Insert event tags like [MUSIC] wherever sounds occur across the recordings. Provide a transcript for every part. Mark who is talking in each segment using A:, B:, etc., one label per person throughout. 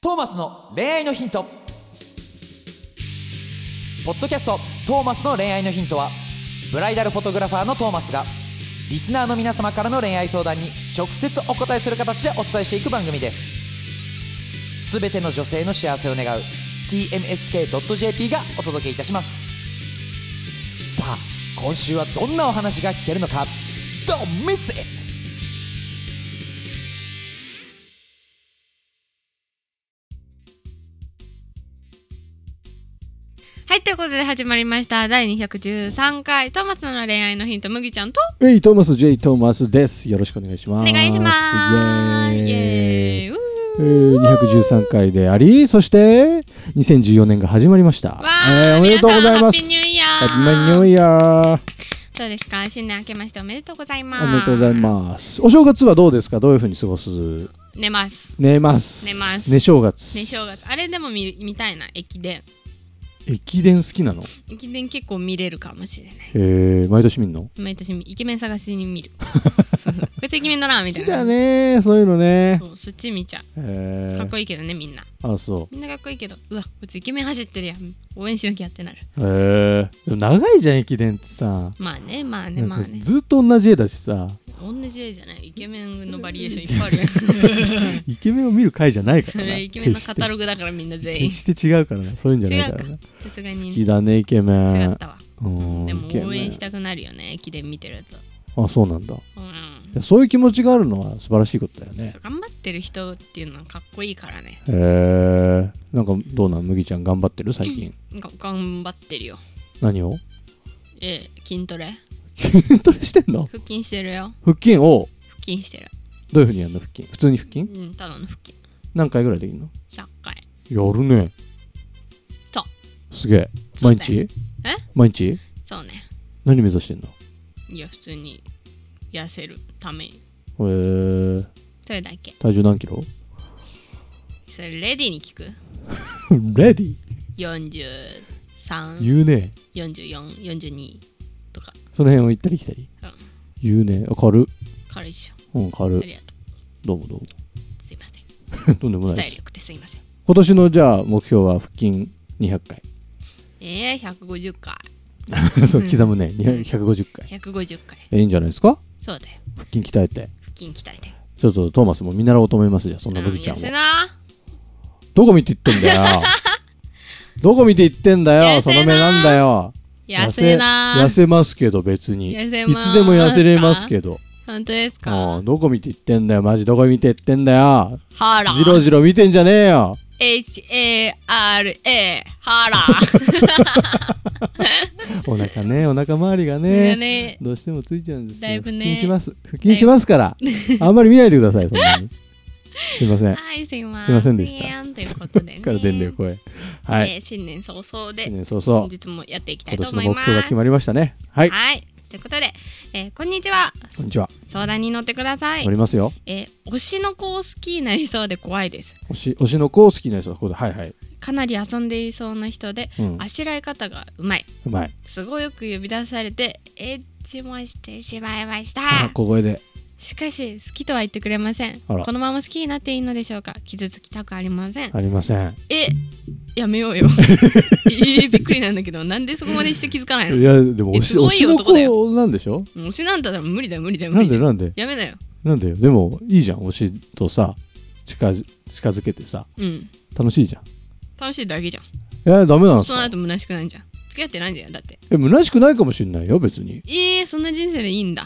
A: トーマスの恋愛のヒントポッドキャスト「トーマスの恋愛のヒントは」ブライダルフォトグラファーのトーマスがリスナーの皆様からの恋愛相談に直接お答えする形でお伝えしていく番組ですすべての女性の幸せを願う TMSK.jp がお届けいたしますさあ今週はどんなお話が聞けるのか Don't miss it!
B: はい、ということで始まりました第213回トーマスの恋愛のヒント麦ちゃんと
C: えい、トーマス、J トーマスです。よろしくお願いし
B: お
C: ます。
B: 願いします
C: イ
B: イ
C: エーイ。
B: エーイう
C: え
B: ー
C: ー、213回であり、そして2014年が始まりました。
B: わー、
C: えーおめでとうございま
B: 皆さんハッ
C: す。
B: ピーニューイヤ
C: ハ
B: ー
C: ッピーニューイヤー。
B: そうですか新年明けましておめでとうございます
C: おめでとうございます。お正月はどうですかどういうふうに過ごす
B: す寝ます
C: 寝ます。
B: 寝ます
C: 寝正月。
B: ね正月あれでも見見たいな駅伝
C: 駅伝好きなの
B: 駅伝結構見れるかもしれない
C: えー、毎年見んの
B: 毎年イケメン探しに見
C: [LAUGHS]
B: るそうそうこいつイケメンだなみた
C: 好
B: い
C: き
B: な
C: だねそういうのね。
B: そうそっち見ちゃう
C: え
B: かっ
C: ー、
B: こいいけどねみんな
C: あ、そ
B: みんなかっこいいけどうわこいつイケメン走ってるやん応援しなきゃってなる
C: う。えー、でも長いじゃん、駅伝ってさ。
B: まあねまあね
C: なんか
B: まあね
C: ずっと同じ絵だしさ、
B: 同じ絵じゃないイケメンのバリエーションいっぱいあるやん
C: イケメンを見る回じゃないか
B: そ
C: らな
B: れイケメンの
C: 決し
B: カ
C: て
B: タログだからみんな全員
C: 決して違うからなそういうんじゃない
B: 違
C: か
B: うから
C: な
B: さすが
C: 好
B: に
C: き
B: 違
C: だねイケメン
B: ったわ
C: う
B: うん
C: ん
B: でも
C: イケメン
B: 応援したくなるよね駅伝見てると
C: あそうなんだ
B: うん
C: いやそういう気持ちがあるのは素晴らしいことだよね
B: そう頑張ってる人っていうのはかっこいいからね
C: へえなんかどうなん麦ちゃん頑張ってる最近
B: が頑張ってるよ
C: 何を
B: え筋トレ
C: 筋トレしてんの
B: 腹筋してるよ
C: 腹筋を
B: 腹筋してる
C: どういうふうにやるの腹筋普通に腹筋
B: うんただの腹筋
C: 何回ぐらいできるの
B: 100回
C: やるね
B: そう
C: すげえ
B: そう
C: 毎
B: だよ
C: 日
B: え
C: 毎日
B: そうね
C: 何目指してんの
B: いや普通に痩せるために
C: へえ
B: それだけ
C: 体重何キロ
B: それレディーに聞く
C: [LAUGHS] レディー
B: 4344
C: 言うね
B: 42とか
C: その辺を行ったり来たり
B: うん
C: 言うねあ軽っ
B: 軽いっしょ
C: うん軽
B: あ
C: っ
B: りがと
C: どうもどうも
B: うすいません
C: とんでもない
B: 伝
C: で
B: え
C: す
B: 力ってすいません
C: 今年のじゃあ目標は腹筋200
B: [LAUGHS] えー、150回
C: 回そう刻むね200 150回
B: 150回
C: えいいんじゃないですか
B: そうだよ
C: 腹筋鍛えて
B: 腹筋鍛えて
C: ちょっとトーマスも見習おうと思いますじゃあそんな
B: う
C: ブギちゃん
B: 痩
C: を
B: せな
C: どこ見て言ってんだ
B: [LAUGHS]
C: よどこ見て言ってんだよ
B: 痩せ
C: そ
B: な
C: の目なんだよ
B: 痩せな
C: 痩せますけど別に
B: 痩せ
C: い
B: ます
C: つでも痩せれますけど
B: 本当です
C: う
B: か
C: んどこ見て言ってんだよマジどこ見て言ってんだよ
B: ハラ
C: ジロジロ見てんじゃねえよ
B: HARA ハラ
C: お腹ねお腹周りが [LAUGHS] ね
B: ね
C: どうしてもついちゃうんですよ。
B: だいぶね
C: 腹筋します。腹筋しますから。あんまり見ないでください、そんなに。すいません。
B: はいすいません
C: すいませんでした
B: ということでね
C: から出んだよ、声。はい。
B: えー新年早々で
C: ね、そうそ
B: 本
C: う。
B: 日もやっていきた
C: 今
B: いと
C: 年
B: 思い
C: の目
B: ます
C: 標が決まりましたね。はい。
B: はいということで、えーこんにちは
C: こんにちは。
B: 相談に乗ってください
C: 乗りますよ。
B: えー推しの子を好きになりそうで怖いです
C: 推し推しの子を好きな人はここで。はいはい。
B: かなり遊んでいそうな人で、
C: うん
B: あしらい方がうまいう
C: まい。
B: すごいよく呼び出されてエッチもしてしまいました
C: あ、小声で。
B: しかし好きとは言ってくれません
C: あら
B: このまま好きになっていいのでしょうか傷つきたくありません、
C: ありません。
B: えやめよ
C: [LAUGHS]
B: うよえびっくりなんだけどなんでそこまでして気づかないの
C: いや、でも推
B: え
C: し
B: す
C: 推
B: ごい
C: しの
B: 男だよ
C: 子なんでしょ
B: 推しなんだったら無理だよ無理だよ無
C: なん
B: 理だ
C: で
B: よ
C: なんで
B: やめなよ
C: なんでよ。でも、いいじゃん。推しとさ、近づ近づけてさ、
B: うん
C: 楽しいじゃん。
B: 楽しいだけじゃん
C: え、ダメなんです
B: その
C: か
B: 後虚しくないじゃん付き合ってないんだよだって
C: え、虚しくないかもしんないよ、別に。
B: えー、そんな人生でいいんだ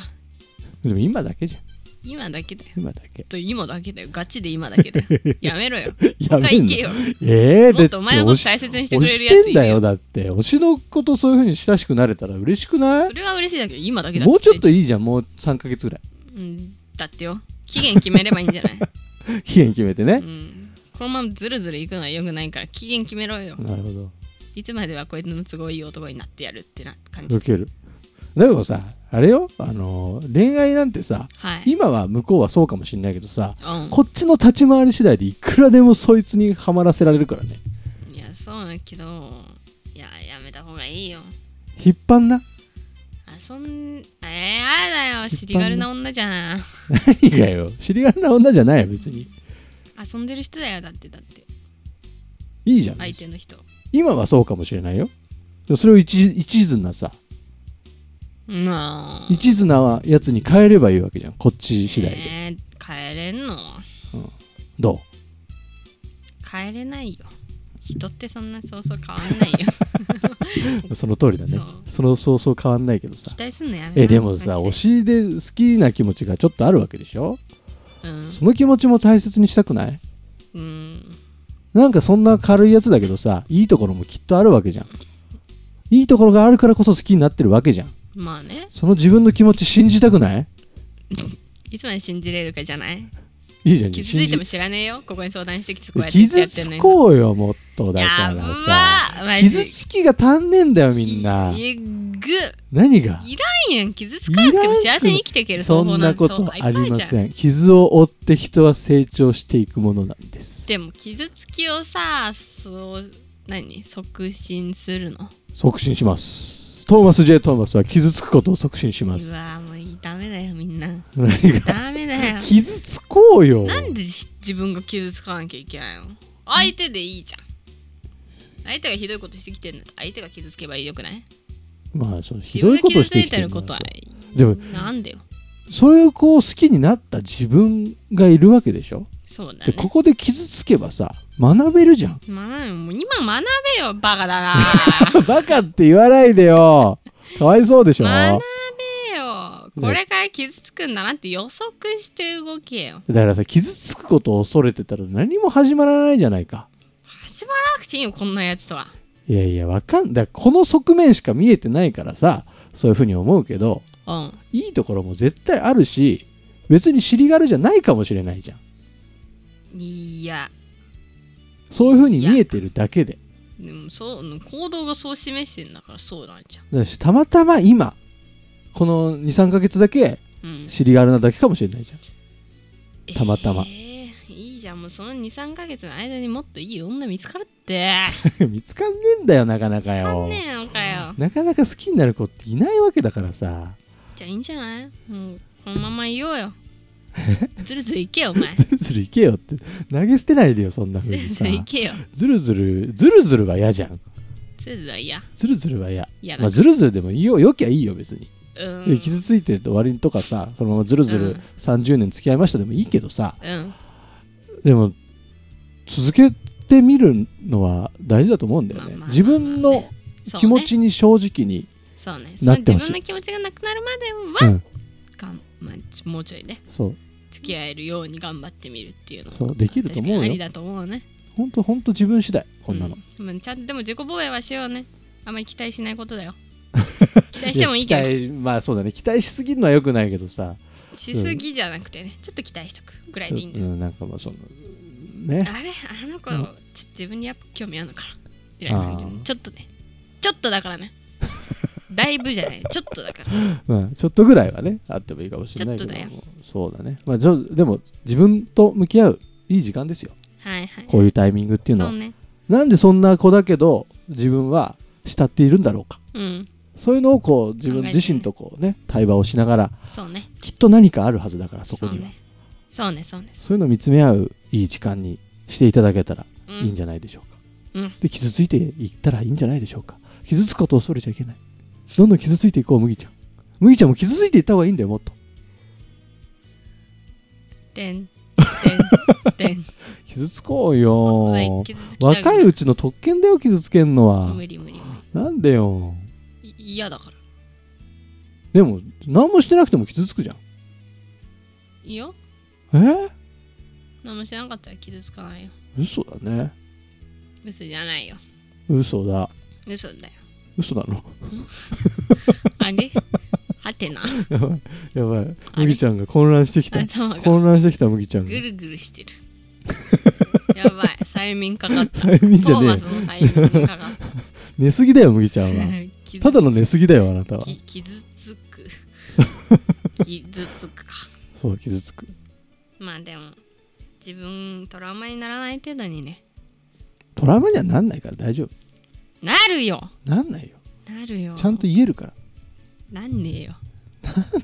C: でも今だけじゃん。
B: 今だけだよ
C: 今だけ。
B: と今だけだよガチで今だけだ
C: [LAUGHS]
B: よやめろよ
C: や
B: 他
C: めん
B: 行
C: の
B: けよ
C: ええ
B: も
C: だ
B: っ
C: って
B: とお前のこと
C: 推し
B: 大切にしてく
C: 推
B: れる
C: し
B: やついる
C: てんだよだって推しの子とそういうふうに親しくなれたら嬉しくない
B: それは嬉しいだけど今だけだ
C: もうちょっと
B: い、
C: いいじゃんもう3ヶ月ぐら
B: うん、だってよ期限決めればいいんじゃ
C: [LAUGHS]
B: ない、
C: い期限決めて
B: う
C: ね、
B: ん、このままずるずるいくのはよくないから期限決めろよ
C: なるほど
B: いつまではこいつの都合いい男になってやるってな感じ
C: 受けるだけどさあれよあのー恋愛なんてさ
B: はい、
C: 今は向こうはそうかもしんないけどさ
B: うん、
C: こっちの立ち回り次第でいくらでもそいつにはまらせられるからね
B: いやそうだけどいややめた方がいいよ
C: 引っ張んな [LAUGHS]
B: 遊んえー、あだよ尻軽な女じゃん
C: 何がよ知り合いな女じゃないよ別に
B: 遊んでる人だよだってだって
C: いいじゃん
B: 相手の人
C: 今はそうかもしれないよでもそれを一一途なさ
B: なあ
C: 一途なやつに変えればいいわけじゃんこっち次第で、
B: ねえ帰れんの
C: どう
B: 帰れないよ人ってそんなそうそう変わんない
C: [LAUGHS]
B: よ
C: その通りだね
B: そう
C: そのそうそう変わんないけどさ
B: 期待すんのやめな
C: えでもさ
B: マ
C: 推
B: ジ
C: しで好きな気持ちがちょっとあるわけでしょ
B: でうん
C: その気持ちも大切にしたくない
B: うん
C: なんかそんな軽いやつだけどさいいところもきっとあるわけじゃんいいところがあるからこそ好きになってるわけじゃん
B: まあね
C: その自分の気持ち信じたくない
B: いつまで信じれるかじゃない
C: いいじゃん
B: 気づいても
C: 信
B: 知らねえよここに相談してきてこう
C: じ
B: やってや
C: 傷
B: ってん
C: つ
B: のに
C: こうよもっとだか
B: や
C: ら
B: ば
C: さ
B: マジ
C: 傷つきが足んねえんだよみんな
B: きえぐ
C: 何が
B: いらんやん傷つかなくても幸せに生きていける
C: そ
B: 方
C: ん
B: 法
C: な
B: なんて
C: こ
B: そう
C: と
B: かいっぱ
C: あ
B: いじゃ
C: りま
B: ん
C: せん傷を負って人は成長していくものなんです
B: でも傷つきをさそう何促進するの
C: 促進しますトーマス・ J ・トーマスは傷つくことを促進しま
B: う
C: す
B: わもういいダメだよみんな
C: 何が
B: ダメだ
C: [LAUGHS]
B: よ
C: 傷つこうよ
B: なんでじ自分が傷つかなきゃいけないの相手でいいじゃん相手がひどいことしてきてるんだったら相手が傷つけばよくない
C: まあそのひ
B: 自
C: ど
B: 分
C: い
B: が
C: こと
B: 傷
C: し
B: つ
C: て
B: い
C: きて
B: てる
C: る
B: ことは
C: でも
B: なんだよ
C: そういう子を好きになった自分がいるわけでしょ
B: そうだね
C: でここで傷つけばさ学べるじゃん
B: まあ、もう今学べよバカだ
C: [LAUGHS]
B: な
C: バカって言わないでよかわいそうでしょ
B: 学べよこれから傷つくんだなって予測して動けよ
C: だからさ傷つくことを恐れてたら何も始まらないじゃないか
B: 始まらなくていいよこんなやつとはい
C: やいやわかんだからこの側面しか見えてないからさそういうふうに思うけど
B: うん
C: いいところも絶対あるし別に尻軽じゃないかもしれないじゃん
B: いや
C: そういうふうに見えてるだけで
B: でもそう行動がそう示してんだからそうなんじゃん
C: だしたまたま今この23ヶ月だけ
B: うん
C: 尻軽なだけかもしれないじゃんたまたま
B: えーいいじゃんもうその23ヶ月の間にもっといい女見つかるって
C: 見つかんね [LAUGHS] えんだよなかなか
B: 残
C: よ
B: 念のかよ
C: なかなか好きになる子っていないわけだからさ [LAUGHS]
B: じゃあいいんじゃないもうこのままいようよずるずるいけよお前
C: ずるず [LAUGHS] るいけよって投げ捨てないでよそんなふ
B: ず
C: う
B: る
C: に
B: ず
C: さ
B: [LAUGHS] るいけよ
C: ずるずるずるずるは嫌じゃん
B: ずるずるは嫌
C: ずるずるは嫌
B: 嫌だ、
C: まあずるずるでもいいよよきゃいいよ別に、
B: うん
C: で傷ついてて終わりとかさそのままずるず
B: う
C: る
B: ん
C: 30年付き合いましたでもいいけどさ
B: うん
C: でも続けてみるのは大事だと思うんだよね
B: まあまあ
C: 自分
B: まあま
C: の
B: あねそうね
C: 気持ちに正直に
B: そうね。そ
C: な
B: の
C: って
B: 自
C: ほしい
B: 分の気持ちがなくなるまでは、
C: うん
B: がんまあちもうちょいね、
C: そう
B: 付き合えるように頑張ってみるっていうのは
C: そうできると
B: 確か
C: 思
B: にあ
C: う
B: り
C: よ
B: だと思うね。
C: ほんとほんと自分次第こんなの、
B: うんまあちゃんでも自己防衛はしようね。あんまり期待しないこと
C: [LAUGHS]
B: だよ。期待してもいいけど、
C: や期待まあそうだね期待しすぎるのはよくないけどさ
B: しすぎじゃなくてね、ちょっと期待しとくぐらいでいいんだ
C: う
B: よ。
C: ん、なんかまあそのね
B: あれあの子、
C: うん
B: ちょ自分にやっぱ興味あるのかなみたいな感じ
C: あー
B: のちょっとね。ちょっとだ
C: [LAUGHS]
B: からね。だいぶじゃない。ちょっとだから。
C: まあちょっとぐらいはねあってもいいかもしれないけど
B: ちょっと
C: もそうだねまあちょでも自分と向き合ういい時間ですよ
B: はいはい。
C: こういうタイミングっていうの
B: そ
C: は
B: うね。
C: なんでそんな子だけど自分は慕っているんだろうか
B: うん。
C: そういうのをこう自
B: 考
C: 分
B: えてね
C: 自身とこうね対話をしながら
B: そうね。
C: きっと何かあるはずだからそこには
B: そうねそうねそ
C: そういうのを見つめ合ういい時間にしていただけたら
B: うね
C: いいんじゃないでしょうか、
B: うん
C: で傷ついていったらいいんじゃないでしょうか傷つくことを恐れちゃいけないどんどん傷ついていこう麦ちゃん麦ちゃんも傷ついていった方がいいんだよもっと
B: て
C: [LAUGHS]
B: んてんてん
C: 傷つこうよ
B: はい傷つきた
C: 若いうちの特権だよ傷つけんのは
B: 無理無理無
C: なんでよ
B: 理い嫌だから
C: でも何もしてなくても傷つくじゃん
B: いいよ
C: え
B: 何もしなかったら傷つかないよ
C: 嘘だね
B: 嘘じゃないよ
C: 嘘だ
B: 嘘だよ
C: 嘘なの
B: あれはて
C: [LAUGHS]
B: な
C: やばいやばい
B: あれ
C: 麦ちゃんが混乱してきた
B: 頭が
C: 混乱してきた麦ちゃんが
B: ぐるぐるしてるやばい催眠かかった
C: [LAUGHS]
B: ト
C: 催眠じゃ
B: ー
C: ねえ
B: マスの催眠にかかった
C: 寝すぎだよ麦ちゃんは
B: 傷つ
C: ただの寝すぎだよあなたは
B: き傷つ
C: [LAUGHS]
B: く傷つくか
C: そう傷つく
B: まあでも自分トラウマにならない程度にね
C: トラウマにはなんないから大丈夫
B: なるよ
C: なんないよ
B: なるよ
C: ちゃんと言えるから
B: なんねえよ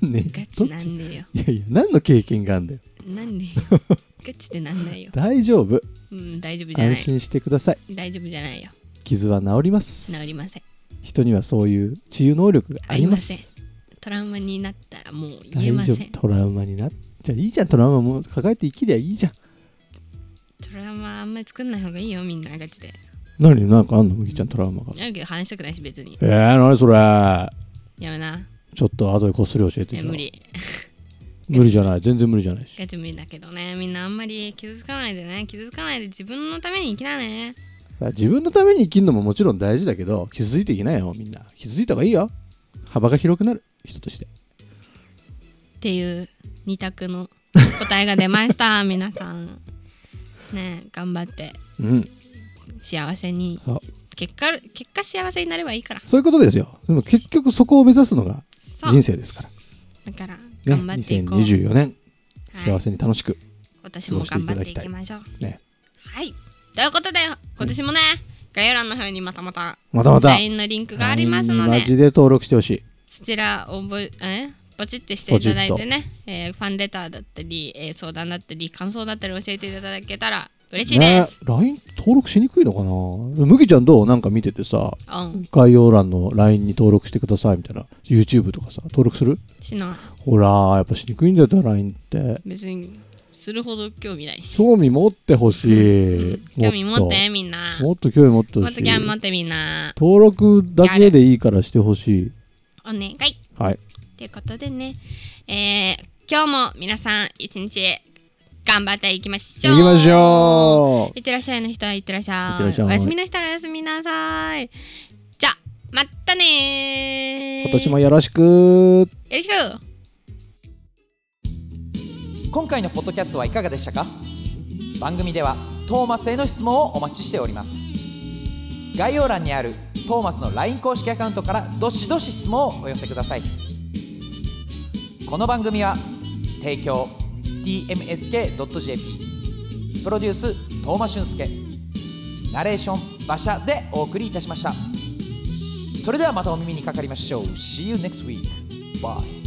C: なんね
B: ガ
C: ど
B: チ
C: っ
B: な
C: ち
B: んねえよ
C: いやいや何の経験があんだよ
B: なんね
C: [LAUGHS]
B: ガチでなんないよ
C: 大丈夫
B: うん大丈夫じゃな
C: 安
B: い
C: 心してください
B: 大丈夫じゃないよ
C: 傷は治ります
B: 治りません
C: 人にはそういう治癒能力があ
B: あ
C: り
B: り
C: ま
B: ますせんトラウマになったらもう言え
C: 大
B: ま
C: 丈
B: せ
C: 夫
B: んト
C: トラウマになっじゃあいいじゃんトラウマも抱えて生きりゃいいじゃん
B: ラウマあんまり作んない方がいいよみんなガチで
C: 何なんかあんの麦ちゃんトラウマが
B: やるけど話したくないし別に
C: えー、何それ
B: やめな
C: ちょっと後でこっそり教え
B: い
C: て
B: や
C: じゃあ
B: 無理
C: 無理じゃない全然無理じゃないし
B: ガチ無理だけどねみんなあんまり傷つかないでね傷つかないで自分のために生きなね
C: 自分のために生きるのももちろん大事だけど傷ついていけないよみんな傷ついた方がいいよ幅が広くなる人として
B: っていう二択の答えが出ました
C: [LAUGHS]
B: 皆さんねえ頑張って
C: うん
B: 幸せに
C: そう
B: 結果結果幸せになればいいから
C: そういうことですよでも結局そこを目指すのが
B: そう
C: 人生ですから
B: だから
C: ね
B: 頑張っていこう、
C: 2024年
B: は
C: 幸
B: い、
C: せに楽しく、
B: 今年も頑張っていきましょう
C: ね
B: はいということで今年もね、概要欄の方にまたまた
C: またまた
B: LINE のリンクがありますの
C: マ
B: で
C: ジで登録してほしい
B: そちらをぼえポチってしていただいてね、えーファンレターだったり、えー相談だったり感想だったり教えていただけたら嬉しいで
C: ね
B: す、
C: LINE 登録しにくいのかな麦ちゃんどうなんか見ててさ
B: うん
C: 概要欄の LINE に登録してくださいみたいな YouTube とかさ登録する
B: しな
C: ほらーやっぱしにくいんだよ LINE って
B: い別にするほど興味ないし
C: 興味持ってほし
B: うん
C: い
B: 興味持っ
C: も
B: て
C: っ
B: みんな
C: ともっと興味持って
B: も
C: ほ
B: っ
C: し
B: と興味
C: い
B: 持ってみんな
C: 登録だけでいいからしてほしい
B: お願い
C: はい
B: ということでね、えー今日も皆さん一日頑張っていきましょ
C: 行
B: う
C: きましょう
B: いってらっしゃいの人はいってらっしゃ
C: い
B: い
C: ってらっしゃい
B: おやすみの人はおやすみなさいじゃあまたねー
C: 今年もよろしく
B: よろしく
A: 今回のポッドキャストはいかがでしたか番組ではトーマスへの質問をお待ちしております概要欄にあるトーマスの LINE 公式アカウントからどしどし質問をお寄せくださいこの番組は提供 tmsk.jp プロデューストーマ俊介ナレーション馬車でお送りいたしましたそれではまたお耳にかかりましょう See you next week Bye